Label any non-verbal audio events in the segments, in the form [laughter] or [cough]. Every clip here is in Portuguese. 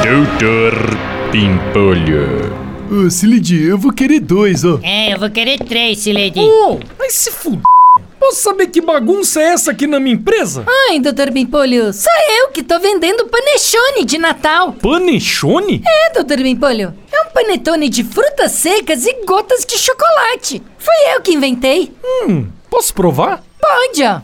Doutor Pimpolho. Ô, Cileide, eu vou querer dois, ó. É, eu vou querer três, Silady. Ô, mas se fud... Posso saber que bagunça é essa aqui na minha empresa? Ai, doutor Bimpolho, sou eu que tô vendendo panechone de Natal. Panechone? É, doutor Bimpolho, é um panetone de frutas secas e gotas de chocolate. Foi eu que inventei. Hum, posso provar? Pode, ó.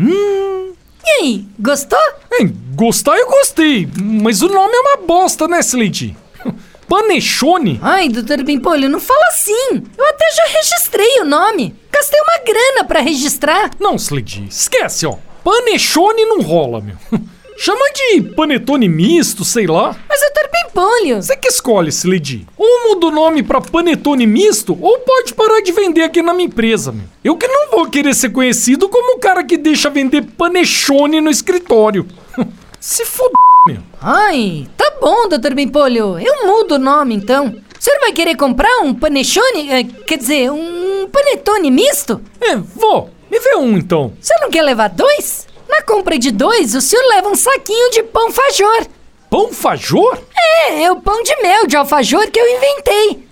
E aí, gostou? É, gostar eu gostei, mas o nome é uma bosta, né, Slade? [laughs] Panechone? Ai, doutor Bimpolho, não fala assim. Eu até já registrei o nome. Gastei uma grana pra registrar. Não, Slade, esquece, ó. Panechone não rola, meu. [laughs] Chama de panetone misto, sei lá. Mas doutor Bimpolho... Você que escolhe, Slade. Ou muda o nome pra panetone misto, ou pode parar de vender aqui na minha empresa, meu. Eu que não vou querer ser conhecido como o cara que deixa vender panechone no escritório. [laughs] Se fud... meu. Ai, tá bom, doutor Bimpolho. Eu mudo o nome, então. O senhor vai querer comprar um panechone? eh, Quer dizer, um panetone misto? É, vó, me vê um então. O senhor não quer levar dois? Na compra de dois, o senhor leva um saquinho de pão fajor. Pão fajor? É, é o pão de mel de alfajor que eu inventei.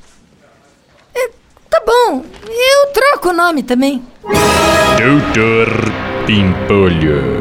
É, tá bom, eu troco o nome também. Doutor Pimpolho.